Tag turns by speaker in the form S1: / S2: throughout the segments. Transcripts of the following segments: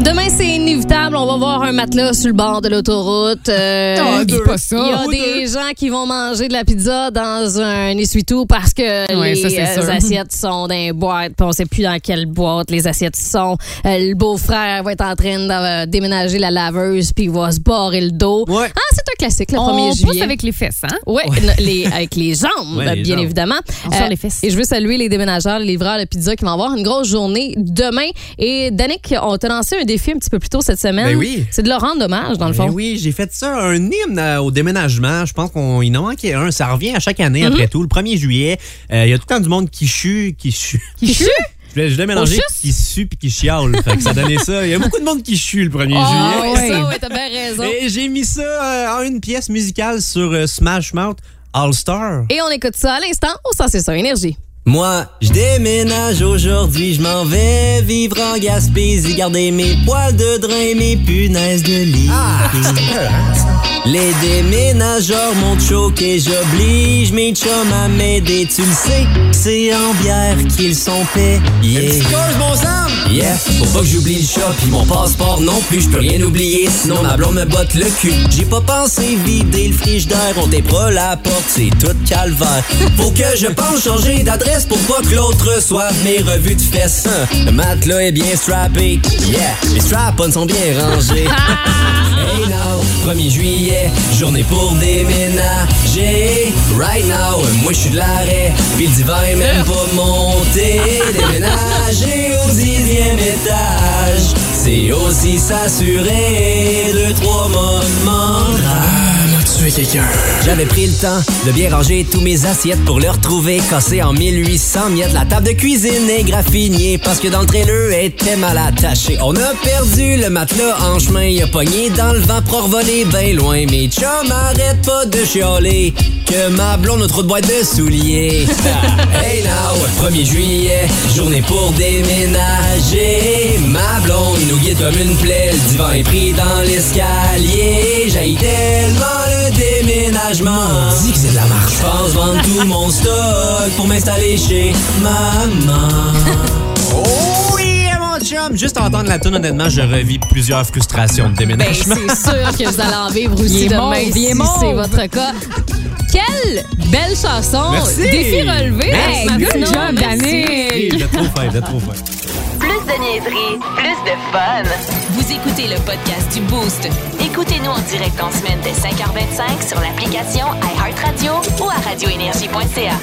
S1: Demain, c'est inévitable. On va voir un matelas sur le bord de l'autoroute. Euh,
S2: Ah, dis pas ça.
S1: Il y a
S2: Ou
S1: des gens qui vont manger de la pizza dans un essuie-tout parce que
S2: Ouais, ça,
S1: les
S2: c'est
S1: euh,
S2: sûr.
S1: assiettes sont dans les boîtes. puis on sait plus dans quelle boîte les assiettes sont. Euh, le beau-frère va être en train de euh, déménager la laveuse puis il va se barrer le dos.
S3: Ouais.
S1: Ah, c'est un classique, le 1er
S2: On
S1: juillet.
S2: pousse avec les fesses, hein?
S1: Oui, les, avec les jambes,
S3: Ouais, les
S1: bien
S3: jambes.
S1: évidemment. Euh,
S2: On sort les fesses.
S1: Et je veux saluer les déménageurs, les livreurs de pizza qui vont avoir une grosse journée demain. Et Danick, on t'a lancé un défi un petit peu plus tôt cette semaine.
S3: Ben oui.
S1: C'est de leur rendre hommage, dans le
S3: Ben
S1: fond.
S3: oui, j'ai fait ça, un hymne euh, au déménagement. Je pense qu'on il en manquait un. Ça revient à chaque année,
S1: Mm-hmm.
S3: après tout. Le 1er juillet, euh, il y a tout le temps du monde qui chue, qui chue.
S1: Qui chue?
S3: Je l'ai- je l'ai mélangé,
S1: chusse?
S3: qui sue puis qui chiale. fait que ça donnait ça. Il y a beaucoup de monde qui chue le 1er
S1: Ah
S3: juillet.
S1: ouais,
S2: ouais.
S1: ça, ouais, t'as bien raison. Et...
S3: Et j'ai mis ça euh, en une pièce musicale sur euh, Smash Mouth All Star.
S1: on écoute ça à l'instant. Oh, ça, c'est ça, énergie.
S4: Moi, je déménage aujourd'hui, je m'en vais vivre en Gaspésie, garder mes poils de drain et mes punaises de lit.
S3: Ah, hein?
S4: Les déménageurs m'ont choqué, j'oblige mes chums à m'aider, tu le sais, c'est en bière qu'ils sont payés. Yeah, faut pas que j'oublie le chat puis mon passeport non plus, je peux rien oublier, sinon ma blonde me botte le cul. J'ai pas pensé vider le frigidaire, on débra la porte, c'est tout calvaire. Faut que je pense changer d'adresse pour pas que l'autre reçoive mes revues de fesses. Hein, Le matelas est bien strappé, yeah, les strap-ons sont bien rangés. Hey now, 1er juillet, journée pour déménager. Right now, moi je suis de l'arrêt, puis le divan est même pas monté. Déménager au dixième étage, c'est aussi s'assurer de trois moments. J'avais pris le temps de bien ranger tous mes assiettes pour les retrouver cassées en 1800 miettes. La table de cuisine est graffinée parce que dans le trailer elle était mal attachée. On a perdu le matelas en chemin, il a pogné dans le vent pour voler bien loin. Mes chums arrête pas de chialer que ma blonde a trop de boîtes de souliers. hey now, 1er juillet, journée pour déménager. Ma blonde nous guide comme une plaie, le divan est pris dans l'escalier. J'aille tellement le déménagement. Dis que c'est de la marche. Je pense vendre tout mon stock pour m'installer chez maman.
S3: Oh yeah, mon chum! Juste à entendre la tune, honnêtement, je revis plusieurs frustrations de
S1: Ben,
S3: déménagement.
S1: c'est sûr que vous allez en vivre
S2: Il
S1: aussi
S2: est
S1: demain,
S2: mauve, il est
S1: si
S2: mauve.
S1: c'est votre cas. Quelle belle chanson!
S3: Merci.
S1: Ben, Défi relevé!
S3: Merci.
S1: Hey,
S2: Good
S1: Martino,
S2: job,
S1: merci.
S2: Danick.
S3: Hey, vous êtes trop fin, vous êtes trop fin.
S5: Plus de niaiserie, plus de fun. Vous écoutez le podcast du Boost. Écoutez-nous en direct en semaine dès 5h25 sur l'application iHeartRadio ou à radioénergie.ca.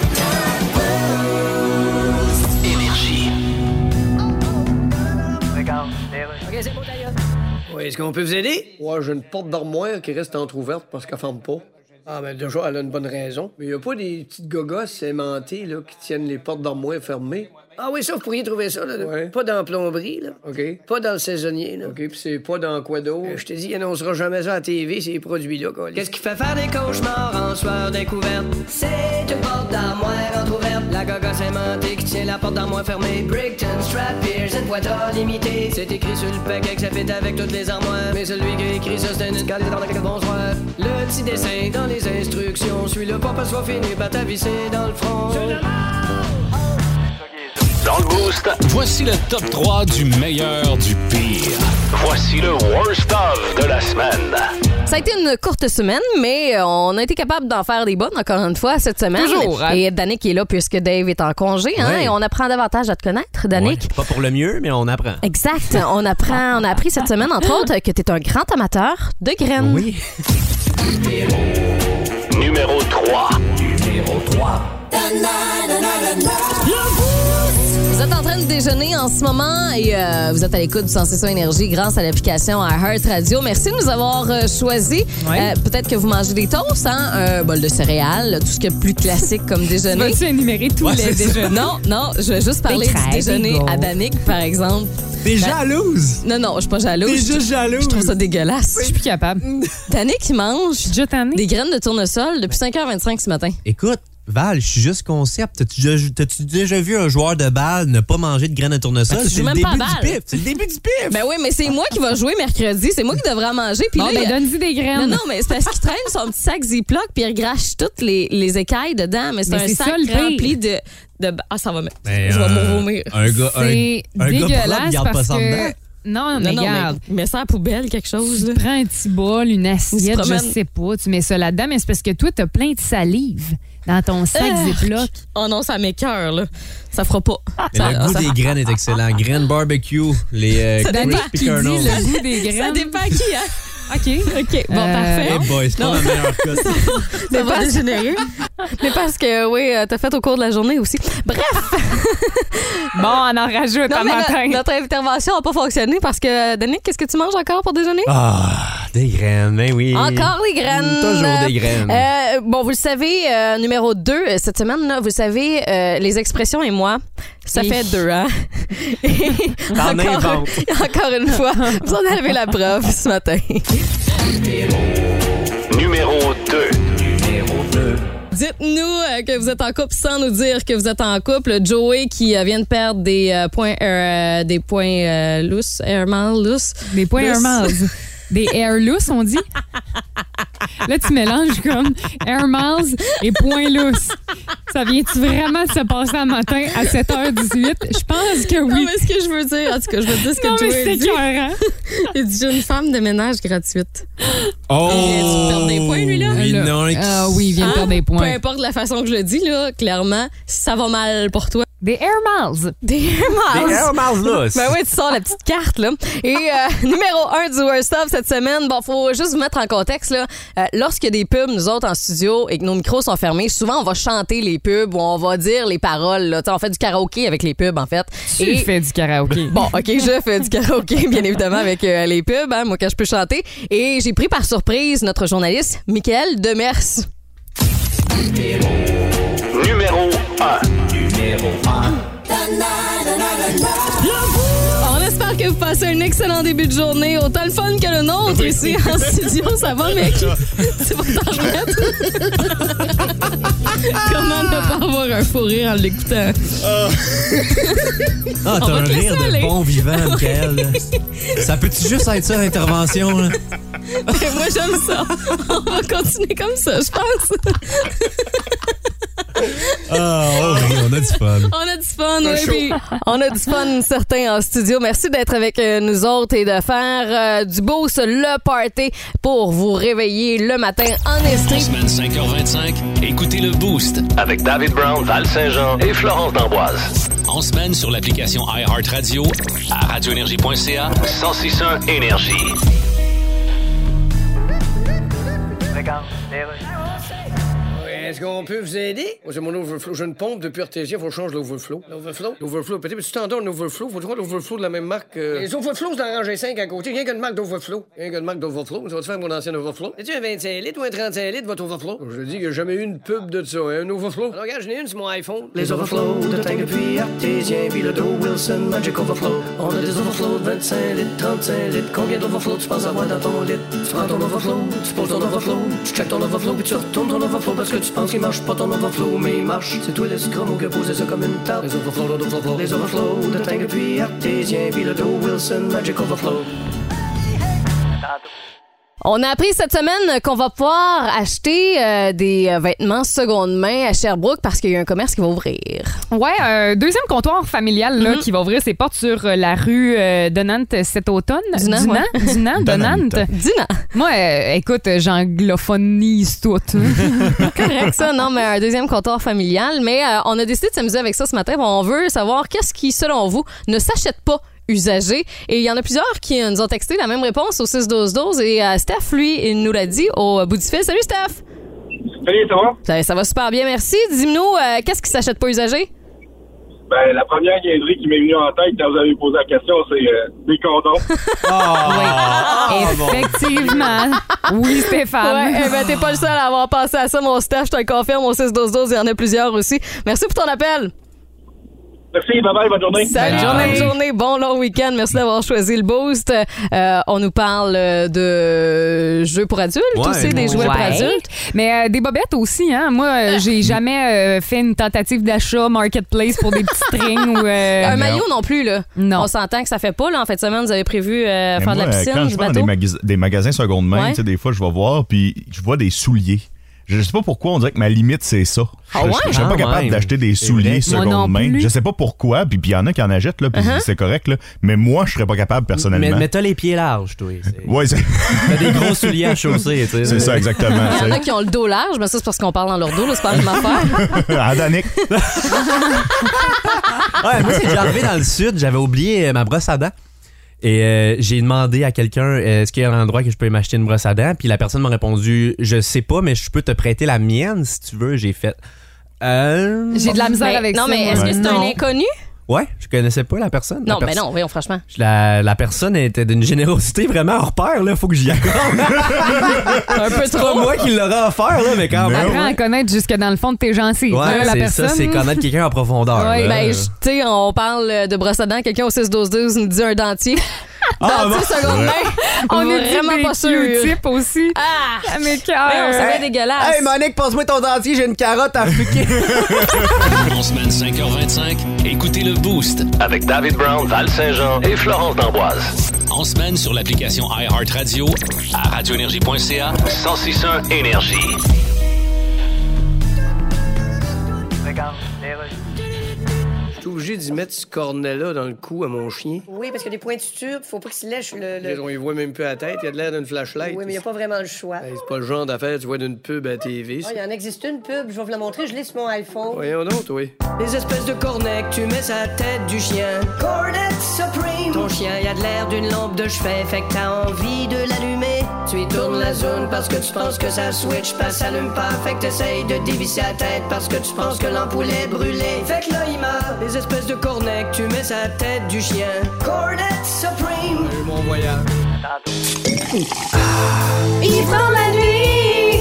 S6: Oui, est-ce qu'on peut vous aider? Ouais, j'ai une porte d'armoire qui reste entr'ouverte parce qu'elle ferme pas. Ah, ben déjà, elle a une bonne raison. Mais y a pas des petites gogosses aimantées, là, qui tiennent les portes d'armoire fermées? Ah oui, ça, vous pourriez trouver ça, là. Pas dans la plomberie, là. OK. Pas dans le saisonnier, là. OK, puis c'est pas dans quoi d'autre? je te dis, il annoncera jamais ça à la TV, ces produits-là, Qu'est-ce qui fait faire des cauchemars en soir découverte? C'est une porte d'armoire entrouverte. La gogosse aimantée qui tient la porte d'armoire fermée. Brickton, Strap, Beers, une boîte limitée. C'est écrit sur le paquet que ça fait avec toutes les armoires. Mais celui qui a écrit ça, c'est un escalier dans lequel bonsoir. Le petit dessin dans les instructions. Suis le papa soit fini, bat ta visser dans le front.
S7: Dans le boost,
S8: Voici le top 3 du meilleur du pire.
S7: voici le worst of de la semaine.
S1: Ça a été une courte semaine, mais euh, on a été capable d'en faire des bonnes, encore une fois, cette semaine.
S2: Toujours, hein?
S1: Et Danick est là puisque Dave est en congé. hein,
S3: Ouais.
S1: et on apprend davantage à te connaître, Danick.
S3: Ouais, pas pour le mieux, mais on apprend.
S1: Exact. On apprend, on a appris cette semaine, entre autres, que tu es un grand amateur de graines.
S3: Oui.
S7: Numéro 3. Numéro 3.
S1: Vous êtes en train de déjeuner en ce moment et euh, vous êtes à l'écoute du Sensation Énergie grâce à l'application iHeart Radio. Merci de nous avoir euh, choisi. Euh, Peut-être que vous mangez des toasts, hein? un bol de céréales, tout ce qui est plus classique comme déjeuner.
S2: Vas-tu énumérer tous les déjeuners?
S1: Non, non, je vais juste parler
S2: Des crêpes,
S1: du déjeuner
S2: des gaufres.
S1: à Danick, par exemple.
S3: T'es jalouse!
S1: Non, non, je suis pas jalouse.
S3: T'es
S1: Je-
S3: juste jalouse!
S1: Je trouve ça dégueulasse.
S2: Je suis plus capable.
S1: Danick, il mange
S2: Je t'en ai.
S1: des graines de tournesol depuis 5h25 ce matin.
S3: Écoute, Val, je suis juste concept. T'as-tu déjà- T'as-tu déjà vu un joueur de balle ne pas manger de graines de tournesol?
S1: Ben, tu joues
S3: c'est le
S1: même
S3: début
S1: pas à
S3: du
S1: balle.
S3: pif. C'est le début du pif.
S1: Ben oui, mais c'est moi qui va jouer mercredi. C'est moi qui devrais en manger. Puis
S2: Bon,
S1: là,
S2: ben
S1: il-
S2: donne-y des
S1: Non,
S2: graines.
S1: non, mais c'est parce qu'il traîne son petit sac Ziploc puis il grache toutes les, les écailles dedans. Mais c'est
S2: Mais
S1: un
S2: c'est
S1: sac
S2: ça, le pire.
S1: rempli de, de- Ah, ça va me...
S3: Ben,
S1: je vais
S3: euh,
S1: m'envomir.
S3: Un gars, un,
S2: C'est
S3: un gars propre,
S2: dégueulasse
S3: garde pas
S2: parce
S3: ça
S2: que...
S3: dedans.
S2: Non, mais
S1: Non, non,
S2: regarde.
S1: mais mets ça à la poubelle, quelque chose. là.
S2: Tu prends un petit bol, une assiette, je
S1: promène.
S2: sais pas, tu mets ça là-dedans, mais c'est parce que toi, t'as plein de salive dans ton sac
S1: Ah.
S2: Ziploc.
S1: Oh non, ça m'écoeure, là. Ça fera pas.
S3: Mais
S1: Ça, ah,
S3: le goût
S1: ça-
S3: des graines est excellent. Graines barbecue, les euh,
S2: Daniel
S3: crisp
S2: qui dit
S3: kernels.
S2: le goût des
S1: ça
S2: graines.
S1: dépend qui, hein?
S2: OK.
S1: OK, bon,
S2: Euh,
S1: parfait.
S3: Eh boy, c'est pas la meilleure cote.
S1: C'est pas généreux. Mais parce que, oui, euh, t'as fait au cours de la journée aussi. Bref,
S2: Bon, on en rajoute
S1: non,
S2: un
S1: mais no-
S2: matin.
S1: notre intervention n'a pas fonctionné parce que, euh, Danick, qu'est-ce que tu manges encore pour déjeuner?
S3: Ah, des graines, ben oui. Mm,
S1: Encore les graines.
S3: Toujours des graines.
S1: Euh, bon, vous le savez, euh, numéro 2, cette semaine, là, vous le savez, euh, les expressions et moi, ça
S2: Et-
S1: fait deux, hein?
S3: T'en
S1: encore,
S3: inventes.
S1: encore une fois, vous en avez la preuve ce matin.
S7: Numéro 2.
S1: Dites-nous euh, que vous êtes en couple sans nous dire que vous êtes en couple. Joey qui euh, vient de perdre des euh, points, euh, des points euh, lousses, airman lousses.
S2: Des points
S1: Loose.
S2: Air Miles. Des Air Loose, on dit. Là, tu mélanges comme Air Miles et Point Loose. Ça vient-tu vraiment de se passer un matin à 7h18? Je pense que
S1: Non,
S2: oui.
S1: mais ce que je veux dire, en tout cas, je veux dire ce que
S2: Non, mais
S1: Joey
S2: c'est
S1: dit.
S2: écœurant.
S1: Il dit, j'ai une femme de ménage gratuite.
S3: Oh!
S1: vient de perdre Ah, des points, lui, là?
S3: Il y en a un qui-
S2: Ah oui, il vient de
S1: Hein?
S2: perdre des
S1: Peu
S2: points.
S1: importe la façon que je le dis, là, clairement, ça va mal pour toi.
S2: Des Air Miles.
S1: Des
S3: Des Air Miles,
S2: Bah
S3: là.
S1: Ben oui, tu sors la petite carte, là. Et euh, numéro un du Worst Of cette semaine, bon, faut juste vous mettre en contexte, là. Euh, lorsqu'il y a des pubs, nous autres, en studio, et que nos micros sont fermés, souvent, on va chanter les pubs ou on va dire les paroles, là. Tu sais, on fait du karaoké avec les pubs, en fait.
S2: Tu
S1: Et-
S2: fais du karaoké.
S1: Bon, OK, je fais du karaoké, bien évidemment, avec euh, les pubs, hein, moi, quand je peux chanter. Et j'ai pris par surprise notre journaliste, Michael Demers.
S7: Numéro 1.
S1: On espère que vous passez un excellent début de journée, autant le fun que le nôtre ici en studio. Ça va, mec? tu vas t'en remettre? Comment ne pas avoir un fou rire en l'écoutant?
S3: Ah, t'as
S1: va
S3: un
S1: te laisser
S3: rire de
S1: aller.
S3: bon vivant, Michael. là. ça peut-tu juste être ça, l'intervention? là?
S1: Mais moi, j'aime ça. On va continuer comme ça, je pense.
S3: Ah, oh, oui, on a du fun.
S1: On a du fun, oui, puis On a du fun, certains, en studio. Merci d'être avec euh, nous autres et de faire euh, du beau, ce le party pour vous réveiller le matin en
S8: En
S1: estrie.
S8: semaine 5h25, écoutez le Boost.
S7: Avec David Brown, Val Saint-Jean et Florence D'Amboise.
S8: En semaine sur l'application iHeartRadio à radioénergie.ca.
S7: 1061 Énergie.
S6: Est-ce qu'on peut vous aider? Moi, c'est mon overflow. J'ai une pompe depuis RTG, faut que je change l'overflow. L'overflow? L'overflow. Peut-être que tu t'endors un overflow. Faut trouver l'overflow de la même marque. euh. Les overflows, c'est en rangée 5 à côté. Rien qu'une marque d'overflow. Rien qu'une marque d'overflow. Ça va te faire mon ancien overflow. Es-tu un 25 litres ou un 35 litres, votre overflow? Je dis qu'il n'y a jamais eu une pub de ça. hein, Un overflow. Alors, regarde, j'en ai une sur mon iPhone. Les overflows de Tank depuis Artésien, puis le dos Wilson Magic Overflow. On a des overflows de 25 litres, 35 litres. Combien d'overflows tu penses avoir dans ton lit? Tu prends ton overflow, tu poses ton overflow, tu check ton overflow, puis tu retournes ton overflow parce que tu penses qu'il marche pas ton overflow, mais il marche. C'est toi l'escroc qui a posé ça comme une table. Les overflows, les overflows, les overflows de Tank depuis Artésien, puis le dos Wilson Magic Overflow.
S1: On a appris cette semaine qu'on va pouvoir acheter euh, des euh, vêtements seconde main à Sherbrooke parce qu'il y a un commerce qui va ouvrir.
S2: Ouais, euh, deuxième comptoir familial là, qui va ouvrir ses portes sur euh, la rue euh, Donante cet automne.
S1: Dunant,
S2: Dunant, Dunant,
S3: Donante.
S2: Donante.
S1: Dis-moi,
S2: Moi, euh, écoute, euh, j'anglophonise tout. hein.
S1: correct ça, non, mais un deuxième comptoir familial. Mais euh, on a décidé de s'amuser avec ça ce matin. Bon, on veut savoir qu'est-ce qui, selon vous, ne s'achète pas usagé. Et il y en a plusieurs qui euh, nous ont texté la même réponse au 6-12-12. Et euh, Steph, lui, il nous l'a dit au bout du fil. Salut, Steph!
S9: Salut, ça va?
S1: Ça, ça va super bien, merci. Dis-nous, euh, qu'est-ce qui s'achète pas usagé?
S9: Ben, la première guinderie qui m'est venue en tête quand vous avez posé la question, c'est euh, des condoms.
S3: Ah,
S2: Effectivement. Oui, Stéphane.
S1: Ouais, eh ben, t'es pas le seul à avoir pensé à ça, mon staff. Je te le confirme, mon 6-12-12, il y en a plusieurs aussi. Merci pour ton appel.
S9: Merci, bye bye, bonne journée.
S1: Salut, bonne journée, bon long week-end. Merci d'avoir choisi le boost. Euh, on nous parle euh, de jeux pour adultes
S3: Ouais,
S1: aussi, des
S3: ouais.
S1: jouets pour
S2: Ouais.
S1: adultes.
S2: Mais euh, des bobettes aussi, hein. Moi, euh,
S1: Ah.
S2: j'ai jamais euh, fait une tentative d'achat marketplace pour des petits strings ou. euh,
S1: Un maillot non plus, là.
S2: Non.
S1: On s'entend que ça fait pas, là. En fin de semaine, vous avez prévu euh,
S10: Mais
S1: faire de la
S10: moi,
S1: piscine,
S10: Quand
S1: du
S10: je vais dans
S1: bateau.
S10: des, magas- des magasins seconde main,
S1: Ouais.
S10: tu sais, des fois, je vais voir, puis je vois des souliers. Je sais pas pourquoi, on dirait que ma limite, c'est ça.
S1: Ah
S10: Je-
S1: ouais?
S10: Je je suis
S3: Ah
S10: pas capable
S3: ouais.
S10: d'acheter des
S3: C'est
S10: souliers
S2: Moi non
S10: seconde main.
S2: plus.
S10: Je sais pas pourquoi, puis puis il y en a qui en achètent, là, puis
S1: Uh-huh.
S10: c'est correct, là. Mais moi, je serais pas capable,
S3: Mais,
S10: personnellement.
S3: mais t'as les pieds larges, toi. c'est-
S10: Ouais, c'est
S3: T'as des gros souliers à chausser, tu sais.
S10: c'est ça, exactement.
S1: Il y en a
S10: tu
S1: qui ont le dos large, mais ça, c'est parce qu'on parle dans leur dos, là. C'est pas la même affaire.
S10: sais. Ah, Danick.
S3: Ouais, moi, c'est déjà arrivé dans le sud. J'avais oublié euh, ma brosse à dents. Et euh, j'ai demandé à quelqu'un euh, est-ce qu'il y a un endroit que je peux m'acheter une brosse à dents Puis la personne m'a répondu je sais pas, mais je peux te prêter la mienne si tu veux. J'ai fait. Euh...
S2: J'ai de la misère
S1: Mais-
S2: avec
S1: non,
S2: ça.
S1: mais
S2: moi.
S1: est-ce que c'est un
S3: Non.
S1: inconnu?
S3: Ouais, je connaissais pas la personne.
S1: Non,
S3: la
S1: mais
S3: perso-
S1: non, voyons, franchement.
S3: La, la personne était d'une générosité vraiment hors pair, là. Faut que j'y accorde.
S1: Un peu
S3: C'est pas
S1: trop.
S3: moi qui l'aurais offert, là, mais quand même.
S2: Apprends à connaître jusque dans le fond de tes gencives.
S3: Ouais,
S2: Là, la
S3: c'est
S2: personne.
S3: ça, c'est connaître quelqu'un en profondeur.
S2: Ouais,
S3: là.
S1: Ben, je- tu sais, on parle euh, de brosse à dents. Quelqu'un au 6-12-12 nous dit un dentier.
S10: Ah,
S1: dentier
S10: bon.
S1: seconde main.
S2: On est
S1: vraiment pas
S2: sûr.
S1: sûr.
S2: type aussi.
S1: Ah!
S2: Ah, mais
S1: Mais on
S2: cœur.
S1: savait dégueulasse.
S3: Hey, Monique, passe-moi ton dentier, j'ai une carotte à fliquer.
S8: En semaine 5h25, écoutez le Boost.
S7: Avec David Brown, Val Saint-Jean et Florence D'Amboise.
S8: En semaine sur l'application iHeartRadio à radioénergie.ca.
S7: 1061 Énergie.
S6: Je suis obligé d'y mettre ce cornet-là dans le cou à mon chien.
S11: Oui, parce que des points de suture, faut pas que se lèche le. le-
S6: On y voit même plus la tête, il a de l'air d'une flashlight.
S11: Oui, mais il n'y a pas vraiment le choix.
S6: Hey, c'est pas le genre d'affaire, tu vois, d'une pub à TV.
S11: Ah,
S6: ça.
S11: Il y en existe une pub, je vais vous la montrer, je l'ai sur mon iPhone.
S6: Voyons donc, oui.
S11: Les espèces de cornets que tu mets à la tête du chien. Cornet Supreme! Ton chien, il a de l'air d'une lampe de chevet, fait que t'as envie de l'allumer. Tu y tournes la zone parce que tu penses que ça switch pas, s'allume pas, fait que t'essayes de dévisser la tête parce que tu penses que l'ampoule est brûlée. Fait que là, il meurt. Les espèces de cornets que tu mets à la tête du chien. Cornet Supreme!
S6: Mon voyage.
S11: Il prend la nuit.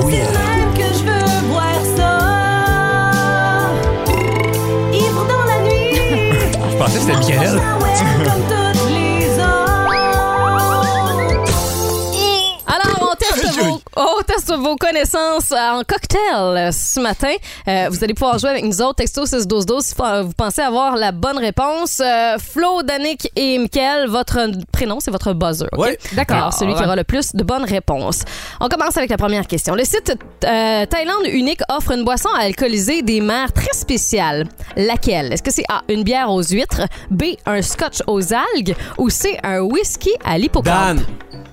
S11: C'est même que je veux boire ça. Ivre dans la nuit.
S3: Je pensais que c'était Michael.
S11: comme toutes les autres.
S1: Alors, on teste, vos, on teste vos connaissances en cocktail euh, ce matin. Euh, vous allez pouvoir jouer avec nous autres. Texto 61212 si fa- vous pensez avoir la bonne réponse. Euh, Flo, Danick et Mickaël, votre prénom, c'est votre buzzer. OK?
S3: Ah, Ouais.
S1: D'accord. Alors, celui qui aura le plus de bonnes réponses. On commence avec la première question. Le site euh, Thaïlande Unique offre une boisson à alcooliser des mers très spéciales. Laquelle? Est-ce que c'est A, une bière aux huîtres, B, un scotch aux algues ou C, un whisky à l'hippocampe?
S3: Dan.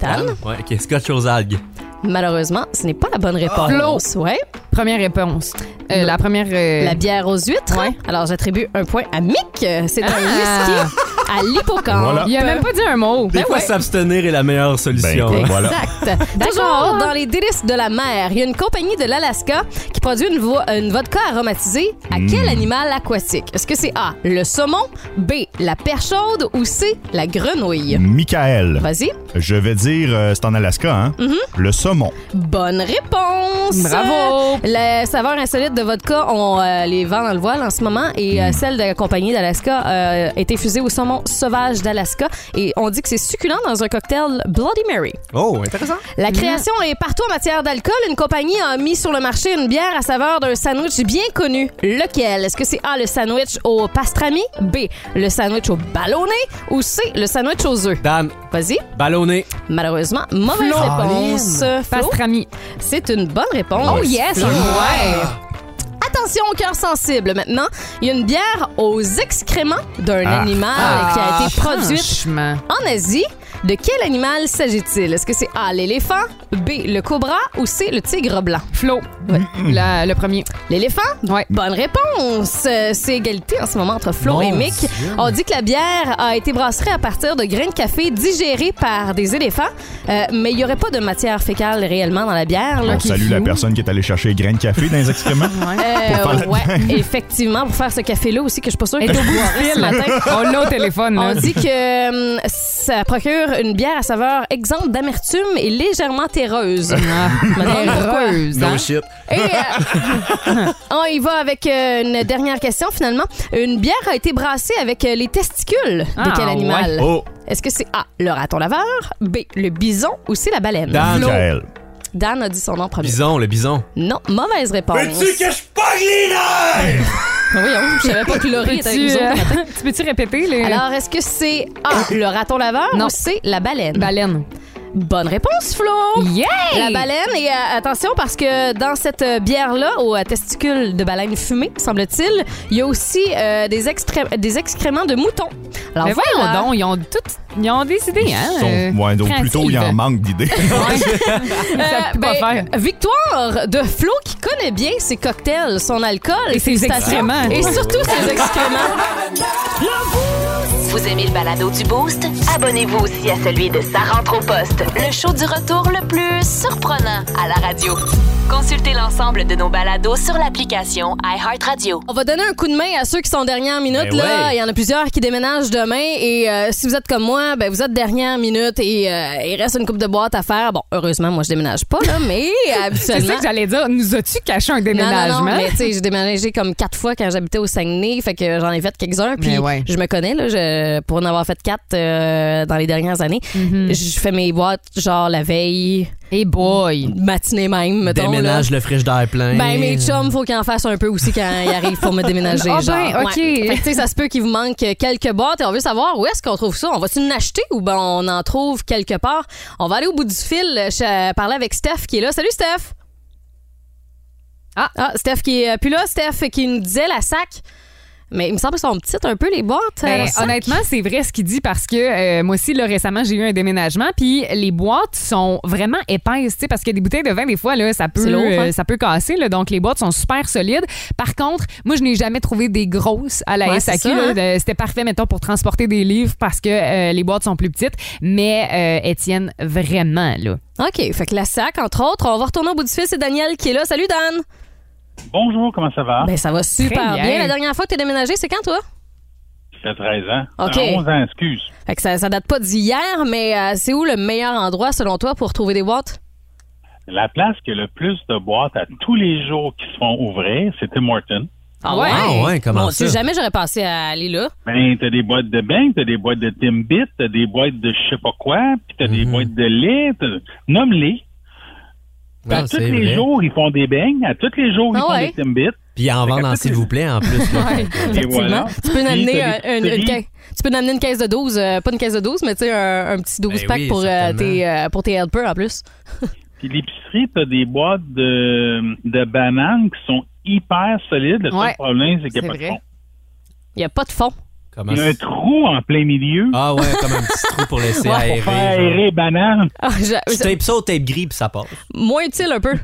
S1: Dan?
S3: Ouais, ok, Scotch aux algues.
S1: Malheureusement, ce n'est pas la bonne réponse. Ouais.
S2: Première réponse. Euh, la première. Oh. euh,
S1: La bière aux huîtres.
S2: Ouais.
S1: Alors, j'attribue un point à Mick. Euh, C'est un
S2: Ah.
S1: whisky à l'hippocampe.
S10: Voilà.
S2: Il a même pas dit un mot.
S3: Des fois, s'abstenir est la meilleure
S10: Ben,
S3: solution.
S10: écoute,
S3: hein.
S10: voilà.
S1: Ben Exact. Toujours dans les délices de la mer, il y a une compagnie de l'Alaska qui produit une, vo- une vodka aromatisée à quel animal aquatique? Est-ce que c'est A, le saumon, B, la perche chaude ou C, la grenouille?
S10: Mm. Michael.
S1: Vas-y. Mm-hmm.
S10: Je vais dire, euh, c'est en Alaska, hein? Le saumon.
S1: Bonne réponse!
S2: Bravo!
S1: Les saveurs insolites de vodka, on euh, les vend dans le voile en ce moment et euh, celle de la compagnie d'Alaska euh, est infusée au saumon sauvage d'Alaska et on dit que c'est succulent dans un cocktail Bloody Mary.
S3: Oh, intéressant.
S1: La création est partout en matière d'alcool. Une compagnie a mis sur le marché une bière à saveur d'un sandwich bien connu. Lequel? Est-ce que c'est A, le sandwich au pastrami, B, le sandwich au ballonné ou C, le sandwich aux œufs?
S3: Dan,
S1: Vas-y.
S3: ballonné.
S1: Malheureusement, mauvaise
S2: Flo.
S1: réponse. Flo?
S2: Pastrami.
S1: C'est une bonne réponse. Oh yes! Ouais! Attention au cœur sensible maintenant. Il y a une bière aux excréments d'un animal qui a
S3: Ah,
S2: Ah,
S1: été produite
S2: Franchement.
S1: en Asie. De quel animal s'agit-il? Est-ce que c'est A, l'éléphant, B, le cobra ou C, le tigre blanc?
S2: Flo. La- le premier.
S1: L'éléphant?
S2: Ouais.
S1: Bonne réponse! Euh, C'est égalité en ce moment entre Flo et Mick. On dit que la bière a été brasserie à partir de grains de café digérés par des éléphants, euh, mais il n'y aurait pas de matière fécale réellement dans la bière. là.
S10: On salue la
S2: cute.
S10: personne qui est allée chercher les grains de café dans les excréments.
S1: Euh,
S10: Pour faire la
S1: ouais, effectivement, pour faire ce café-là aussi, que je suis pas sûre que je boirais ce matin.
S2: On l'a au téléphone. là.
S1: On dit que hum, ça procure une bière à saveur exempte d'amertume et légèrement terreuse.
S10: Ah.
S2: Ah,
S1: Je me demande pourquoi.
S7: No shit.
S1: Et euh, on y va avec euh, une dernière question finalement. Une bière a été brassée avec euh, les testicules de
S7: Ah,
S1: quel animal?
S7: ouais. Oh.
S1: Est-ce que c'est A, le raton laveur, B, le bison ou C, la baleine?
S3: Dan,
S1: Flo.
S3: Jaël.
S1: Dan a dit son nom premier.
S3: Bison, le bison.
S1: Non, mauvaise réponse.
S7: Veux-tu que je
S1: pogne Oui, on- je savais pas que Laurie était avec
S2: Peux-tu,
S1: nous autres ce
S2: euh,
S1: matin.
S2: Tu peux-tu répéter les.
S1: Alors, est-ce que c'est A, le raton laveur ou c'est la baleine?
S2: Baleine.
S1: Bonne réponse, Flo!
S2: Yeah!
S1: La baleine, et euh, attention parce que dans cette euh, bière-là, aux euh, testicules de baleine fumée, semble-t-il, il y a aussi euh, des, extré- des excréments de mouton. Alors,
S2: Mais voyons
S1: voilà.
S2: donc, ils ont tout. Ils ont décidé, hein?
S10: Son- ouais, donc plutôt, il en manque d'idées.
S1: Euh, ben, Victoire de Flo qui connaît bien ses cocktails, son alcool,
S2: Et ses
S1: stations,
S2: excréments.
S1: Et surtout ses excréments.
S5: Vous aimez le balado du Boost? Abonnez-vous aussi à celui de Sa rentre au poste, le show du retour le plus surprenant à la radio. Consultez l'ensemble de nos balados sur l'application iHeartRadio.
S1: On va donner un coup de main à ceux qui sont dernière minute.
S5: Ben
S1: là.
S5: ouais.
S1: Il y en a plusieurs qui déménagent demain. Et euh, si vous êtes comme moi, ben, vous êtes dernière minute et euh, il reste une coupe de boîte à faire. Bon, heureusement, moi, je déménage pas, là, mais euh, habituellement.
S2: C'est ça que j'allais dire. Nous as-tu caché un
S1: Non,
S2: déménagement?
S1: non, non, mais tu sais, j'ai déménagé comme quatre fois quand j'habitais au Saguenay, fait que j'en ai fait quelques-uns, puis
S2: Mais ouais.
S1: je me connais, là, je- pour en avoir fait quatre euh, dans les dernières années,
S2: Mhm.
S1: je fais mes boîtes, genre, la veille...
S2: Et boy!
S1: Matinée même, mettons, là.
S3: Déménage le friche d'air plein.
S1: Ben, mes chums, faut qu'ils en fassent un peu aussi quand ils arrivent pour me déménager.
S2: Ah ben,
S1: genre.
S2: ok.
S1: Ouais. Fait que, tu sais, ça se peut qu'il vous manque quelques boîtes et on veut savoir où est-ce qu'on trouve ça. On va-tu l'acheter ou ben on en trouve quelque part? On va aller au bout du fil euh, ch- euh, parler avec Steph qui est là. Salut, Steph! Ah, ah, Steph qui est euh, plus là. Steph qui nous disait la sac. Mais il me semble qu'elles sont petites un peu, les boîtes. euh,
S2: Ben,
S1: la sac.
S2: honnêtement, c'est vrai ce qu'il dit parce que euh, moi aussi, là, récemment, j'ai eu un déménagement, puis les boîtes sont vraiment épaisses, tu sais, parce que des bouteilles de vin, des fois, là, ça peut,
S1: C'est lourd, hein?
S2: euh, ça peut casser, là, donc les boîtes sont super solides. Par contre, moi, je n'ai jamais trouvé des grosses à la
S1: Ouais, c'est
S2: SAQ.
S1: ça,
S2: là,
S1: hein?
S2: de- C'était parfait, mettons, pour transporter des livres parce que euh, les boîtes sont plus petites, mais euh, elles tiennent vraiment, là.
S1: OK, fait que la sac, entre autres. On va retourner au bout du fil. C'est Daniel qui est là. Salut, Dan!
S12: Bonjour, comment ça va?
S1: Ben, ça va Super bien. La
S12: Ça
S1: dernière fois que tu déménagé, c'est quand, toi?
S12: fait 13 ans.
S1: OK.
S12: Ah, 11 ans, excuse.
S1: Fait que ça, ça date pas d'hier, mais euh, c'est où le meilleur endroit selon toi pour trouver des boîtes?
S12: La place qui a le plus de boîtes à tous les jours qui se font ouvrir, c'est Tim Horton.
S1: Ah Mon Dieu, jamais j'aurais pensé à aller là.
S12: Ben, t'as des boîtes de bain, t'as des boîtes de Timbit, t'as des boîtes de je sais pas quoi, puis t'as des boîtes de lait. t'as- Nomme-les.
S3: Ouais,
S12: à tous
S3: c'est
S12: les
S3: vrai.
S12: jours, ils font des beignes. À tous les jours, ils
S1: Ah
S12: font
S1: ouais.
S12: des Timbits.
S3: Puis ils en vendent en s'il vous plaît en plus. là.
S1: Ouais, effectivement.
S12: voilà.
S1: Tu peux
S12: Puis,
S1: m'amener
S12: t'as des
S1: un- une, une
S12: petits
S1: ca- tu peux m'amener une caisse de 12, euh, pas une caisse de 12, mais tu sais, un, un petit 12
S12: Ben
S1: pack
S12: oui,
S1: pour, euh,
S12: certainement.
S1: tes, euh, pour tes helpers en plus.
S12: Puis l'épicerie, t'as des boîtes de, de bananes qui sont hyper solides. Le seul
S1: Ouais.
S12: problème, c'est qu'il n'y a
S1: C'est
S12: pas de
S1: vrai.
S12: fond.
S1: Il n'y a pas de fond.
S10: Ben,
S12: Il y a un trou en plein milieu.
S3: Ah ouais, comme un petit trou pour laisser
S12: Ouais, pour
S3: aérer.
S12: faire aérer banane.
S1: Ah, je-
S3: Tu tapes ça au tape gris puis ça passe.
S1: Moins utile un peu.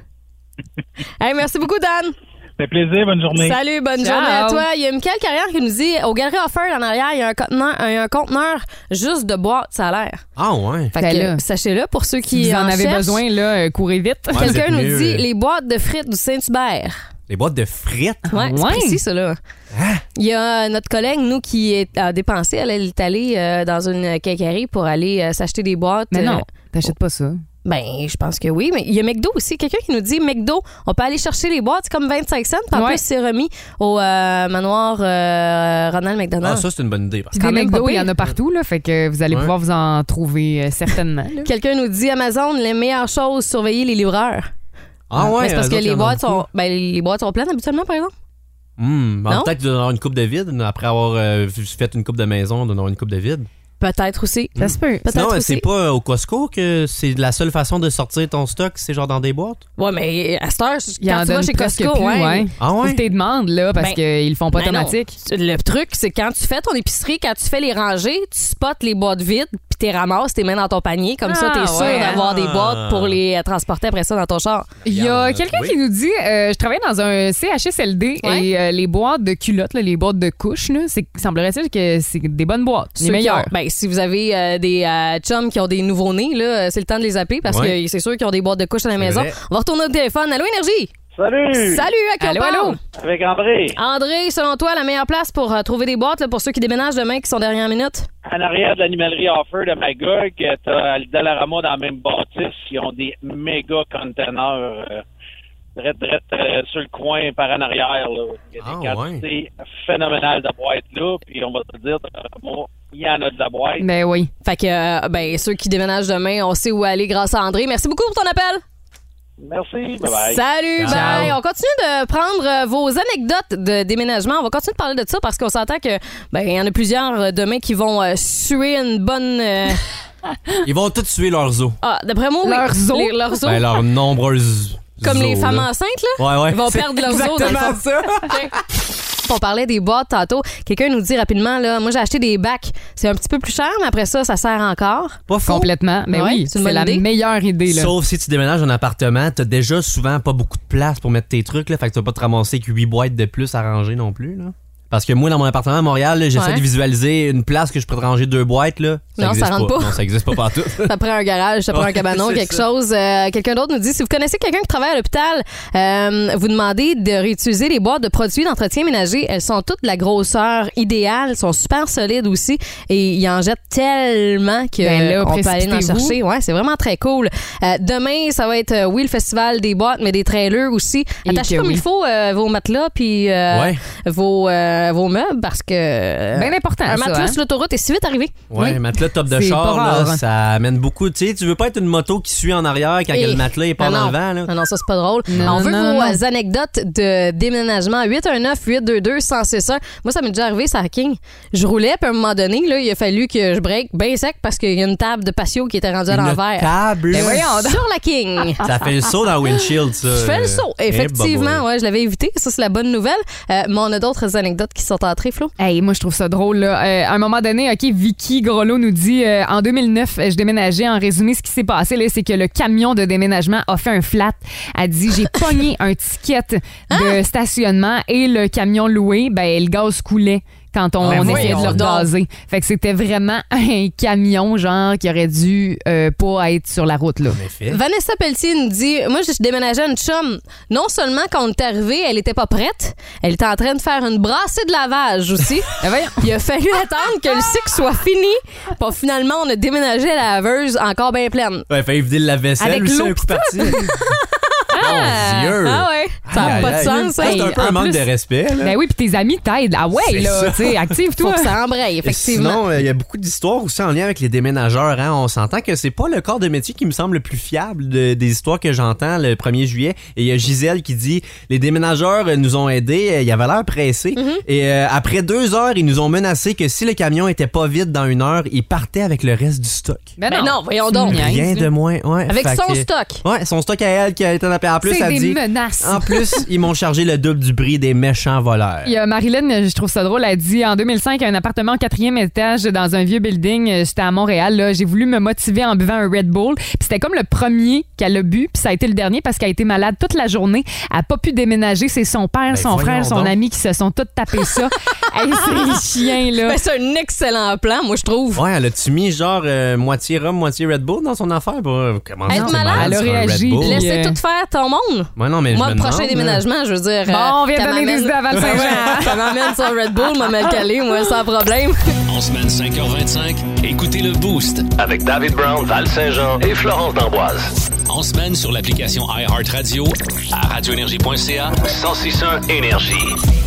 S1: Hey, merci beaucoup, Dan.
S12: fait plaisir, bonne journée.
S1: Salut, bonne journée à toi. Il y a Michael Carrière qui nous dit au Galerie Offert, en arrière, il y a un conteneur, il y a un conteneur juste de boîtes, ça a l'air.
S3: Ah ouais.
S1: Fait que, euh, sachez-le, pour ceux qui
S2: Si Ben vous en,
S1: en
S2: avez
S1: cherchent-
S2: besoin, là, euh, courez vite.
S1: Quelqu'un nous dit les boîtes de frites du Saint-Hubert.
S3: Les boîtes de frites.
S1: Ouais, c'est précis, ça, là.
S3: Hein?
S1: Il y a notre collègue, nous, qui est- a dépensé, elle elle est allée euh, dans une quincaillerie pour aller euh, s'acheter des boîtes.
S2: Mais non,
S1: euh,
S2: t'achètes pas ça.
S1: ben, je pense que oui, mais il y a McDo aussi. Quelqu'un qui nous dit McDo, on peut aller chercher les boîtes, c'est comme 25 cents. Puis en plus, c'est remis au euh, manoir euh, Ronald McDonald.
S3: Ah, ça, c'est une bonne idée. par
S2: Puis
S3: contre.
S2: des McDo, il y en a partout, là, fait que vous allez
S3: Ouais.
S2: pouvoir vous en trouver euh, certainement. là.
S1: Quelqu'un nous dit Amazon, les meilleures choses, surveiller les livreurs.
S3: Ah ouais,
S1: Mais c'est parce
S3: eux
S1: que
S3: autres, ils
S1: les
S3: en ont
S1: boîtes, sont,
S3: beaucoup.
S1: ben, les boîtes sont pleines habituellement, par exemple.
S3: Hum, ben,
S1: Non?
S3: Peut-être qu'il doit y en avoir une coupe de vide. Après avoir euh, fait une coupe de maison, il doit y en avoir une coupe de vide.
S1: Peut-être aussi.
S2: Hmm.
S3: Ça se
S1: peut.
S3: Non, euh,
S1: Peut-être
S3: c'est
S1: aussi.
S3: pas au Costco que c'est la seule façon de sortir ton stock, c'est genre dans des boîtes.
S1: Ouais, mais à cette heure, quand
S2: Il y en
S1: tu vas
S2: donne
S1: chez
S2: presque
S1: Costco,
S2: plus,
S1: ouais.
S2: ouais.
S3: Ah ouais?
S2: Faut que t'es demandes, là, parce
S1: Ben,
S2: qu'ils le font pas
S1: ben non.
S2: automatique.
S1: Le truc, c'est quand tu fais ton épicerie, quand tu fais les rangées, tu spots les boîtes vides, puis t'es ramasses, t'es mets dans ton panier. Comme ça,
S2: Ah,
S1: t'es sûr
S2: ouais.
S1: d'avoir des boîtes pour les euh, transporter après ça dans ton char.
S2: Il y a quelqu'un qui nous dit euh, je travaille dans un CHSLD et euh, les boîtes de culottes, là, les boîtes de couches, là, c'est- semblerait-il que c'est des bonnes boîtes,
S1: Ceux
S2: les
S1: qui
S2: meilleures.
S1: ont- ben, si vous avez euh, des euh, chums qui ont des nouveaux nés là, euh, c'est le temps de les appeler parce
S2: Ouais.
S1: que c'est sûr qu'ils ont des boîtes de couches à la maison.
S2: vrai.
S1: On va retourner au téléphone. Allô, Énergie?
S7: Salut!
S1: Salut, à qui on
S7: Allô,
S1: parle?
S7: allô? Avec André.
S1: André, selon toi, la meilleure place pour euh, trouver des boîtes là, pour ceux qui déménagent demain qui sont dernière minute?
S7: En arrière de l'animalerie Offer de Magog, euh, t'as le Dollarama dans la même bâtisse. Ils ont des méga containers euh, drette, drette, euh, sur le coin par en arrière. Là. Il y a des
S3: Ah,
S7: quantités phénoménales de boîtes là. Puis on va te dire, Dollarama, il y en a de la boîte.
S1: Ben oui. Fait que, euh, ben, ceux qui déménagent demain, on sait où aller grâce à André. Merci beaucoup pour ton appel.
S7: Merci, bye bye.
S1: Salut, bye. On continue de prendre euh, vos anecdotes de déménagement. On va continuer de parler de ça parce qu'on s'entend que ben il y en a plusieurs euh, demain qui vont euh, suer une bonne. euh,
S3: Ils vont tous tuer leurs os.
S1: ah, d'après moi, oui.
S3: Leurs os?
S1: Les- leurs os.
S3: Ben, leurs nombreuses.
S1: Comme les
S3: os,
S1: femmes
S3: là.
S1: enceintes, là.
S3: Ouais, ouais.
S1: Ils vont
S3: C'est
S1: perdre leurs os. dans le
S3: exactement
S1: fond. OK. On parlait des boîtes tantôt. Quelqu'un nous dit rapidement, là, moi j'ai acheté des bacs. C'est un petit peu plus cher, mais après ça, ça sert encore.
S3: Pas faux.
S1: Complètement.
S2: Ben oui, c'est la meilleure idée. Là.
S3: Sauf si tu déménages en appartement, t'as déjà souvent pas beaucoup de place pour mettre tes trucs, là, fait que tu vas pas te ramasser avec 8 boîtes de plus à ranger non plus. Là. Parce que moi, dans mon appartement à Montréal, là, j'essaie
S1: Ouais.
S3: de visualiser une place que je pourrais te ranger deux boîtes. Là.
S1: Non, ça
S3: existe
S1: rentre pas.
S3: Non, ça existe pas partout.
S1: Ça prend un garage, ça prend un
S3: Ouais,
S1: cabanon,
S3: c'est
S1: quelque
S3: ça.
S1: chose. Euh, Quelqu'un d'autre nous dit si vous connaissez quelqu'un qui travaille à l'hôpital, euh, vous demandez de réutiliser les boîtes de produits d'entretien ménager. Elles sont toutes de la grosseur idéale, sont super solides aussi et ils en jettent tellement que
S2: Ben là,
S1: euh, on peut aller en
S2: précipitez-vous.
S1: chercher. Ouais, c'est vraiment très cool. Euh, demain, ça va être euh, oui le festival des boîtes, mais des trailers aussi.
S2: Et
S1: Attachez
S2: Eh que
S1: comme
S2: oui.
S1: il faut euh, vos matelas puis euh,
S3: Ouais.
S1: vos euh, vos meubles parce que euh,
S2: Ben important,
S1: Un
S2: ça,
S1: matelas
S2: hein?
S1: sur l'autoroute est si vite arrivé.
S3: Ouais, matelas top de
S1: C'est
S3: char,
S1: pas
S3: là,
S1: rare, hein.
S3: ça amène beaucoup. Tu sais, tu veux pas être une moto qui suit en arrière quand
S1: Et-
S3: le matelas est pas
S1: Ah non.
S3: en avant. Là.
S1: Ah non, ça, c'est pas drôle.
S3: Non,
S1: on veut
S3: non,
S1: vos
S3: non.
S1: euh, anecdotes de déménagement. 819-822-1061. Moi, ça m'est déjà arrivé, ça king. Je roulais, puis à un moment donné, là, il a fallu que je break bien sec parce qu'il y a une table de patio qui était rendue à
S3: Une
S1: l'envers.
S3: table?
S1: Ben voyons donc. Sur la king.
S3: Ça fait le saut dans le windshield, ça.
S1: Je fais le saut,
S3: Eh,
S1: effectivement.
S3: baboy.
S1: ouais, je l'avais évité. Ça, c'est la bonne nouvelle. Euh, mais on a d'autres anecdotes qui sont entrées, Flo.
S2: Hey, moi, je trouve ça drôle. Là. Euh, à un moment donné, OK, Vicky Grolot nous dit euh, en 2009, euh, je déménageais. En résumé, ce qui s'est passé, là, c'est que le camion de déménagement a fait un flat. Elle dit J'ai pogné un ticket
S1: Hein?
S2: de stationnement et le camion loué, ben, le gaz coulait quand on,
S1: Ben
S2: on
S1: voyons
S2: essayait de le
S1: donc.
S2: regazer. Fait que c'était vraiment un camion, genre, qui aurait dû euh, pas être sur la route. Là.
S1: Vanessa Pelletier nous dit Moi, je déménageais à une chum. Non seulement quand on est arrivé, elle était pas prête, elle était en train de faire une brassée de lavage aussi. Eh Il a fallu attendre que le cycle soit fini. Puis finalement, on a déménagé la laveuse encore bien pleine.
S3: Ouais, fait vider le lave-vaisselle
S1: Avec
S3: aussi,
S1: l'eau
S3: un
S1: pis
S3: coup parti.
S1: Ah,
S3: Dieu.
S1: ah ouais. Ça n'a
S3: Aïe,
S1: pas de
S3: aïe,
S1: sens,
S3: ça,
S1: ça.
S3: c'est un peu
S1: En
S3: un manque
S1: plus-
S3: de respect. là.
S2: Ben oui, puis tes amis t'aident. Ah ouais,
S3: C'est
S2: là,
S3: ça.
S2: tu sais, active-toi.
S1: euh, Faut que ça embraye,
S3: Et
S1: effectivement.
S3: Sinon, euh, il y a beaucoup d'histoires aussi en lien avec les déménageurs. hein. On s'entend que c'est pas le corps de métier qui me semble le plus fiable de- des histoires que j'entends le 1er juillet. Et il y a Gisèle qui dit Les déménageurs euh, nous ont aidés, euh, il y avait l'air pressé.
S1: Mm-hmm.
S3: Et euh, après deux heures, ils nous ont menacé que si le camion était pas vide dans une heure, ils partaient avec le reste du stock.
S1: Ben non, voyons donc.
S3: Rien de moins. Ouais,
S1: Avec
S3: fait
S1: son
S3: que-
S1: stock.
S3: Ouais, son stock à elle qui a été en appel. En plus,
S2: C'est
S3: elle
S2: des
S3: dit.
S2: menaces.
S3: En plus, ils m'ont chargé le double du prix des méchants voleurs.
S2: Il y a Marilyn, je trouve ça drôle, elle dit en 2005, un appartement au quatrième étage dans un vieux building, euh, j'étais à Montréal, là, j'ai voulu me motiver en buvant un Red Bull. Puis c'était comme le premier qu'elle a bu, puis ça a été le dernier parce qu'elle a été malade toute la journée. Elle n'a pas pu déménager, c'est son père, son
S1: Ben, voyons
S2: frère, son
S1: donc.
S2: ami qui se sont tous tapés ça. hey, c'est les chiens, là.
S1: Ben, c'est un excellent plan, moi, je trouve.
S3: Ouais, elle a-tu mis genre euh, moitié rhum, moitié Red Bull dans son affaire? Bah, comment ça,
S1: Être
S3: c'est
S1: malade,
S3: sur un Red Bull?
S1: Laissez tout faire ton monde.
S3: Ouais, non, mais je
S1: Moi,
S3: me
S1: le prochain
S3: demande, euh,
S1: déménagement, je veux dire.
S2: Bon,
S1: euh,
S2: on vient de
S1: ça
S2: donner des
S1: m'amène-
S2: idées avant le Saint-Jean.
S1: Ça m'amène sur Red Bull, m'a mal calé, moi, sans problème.
S8: En semaine 5h25, écoutez le Boost.
S13: Avec David Brown, Val Saint-Jean et Florence D'Amboise.
S8: En semaine sur l'application iHeartRadio à radioénergie.ca.
S13: 1061 Énergie.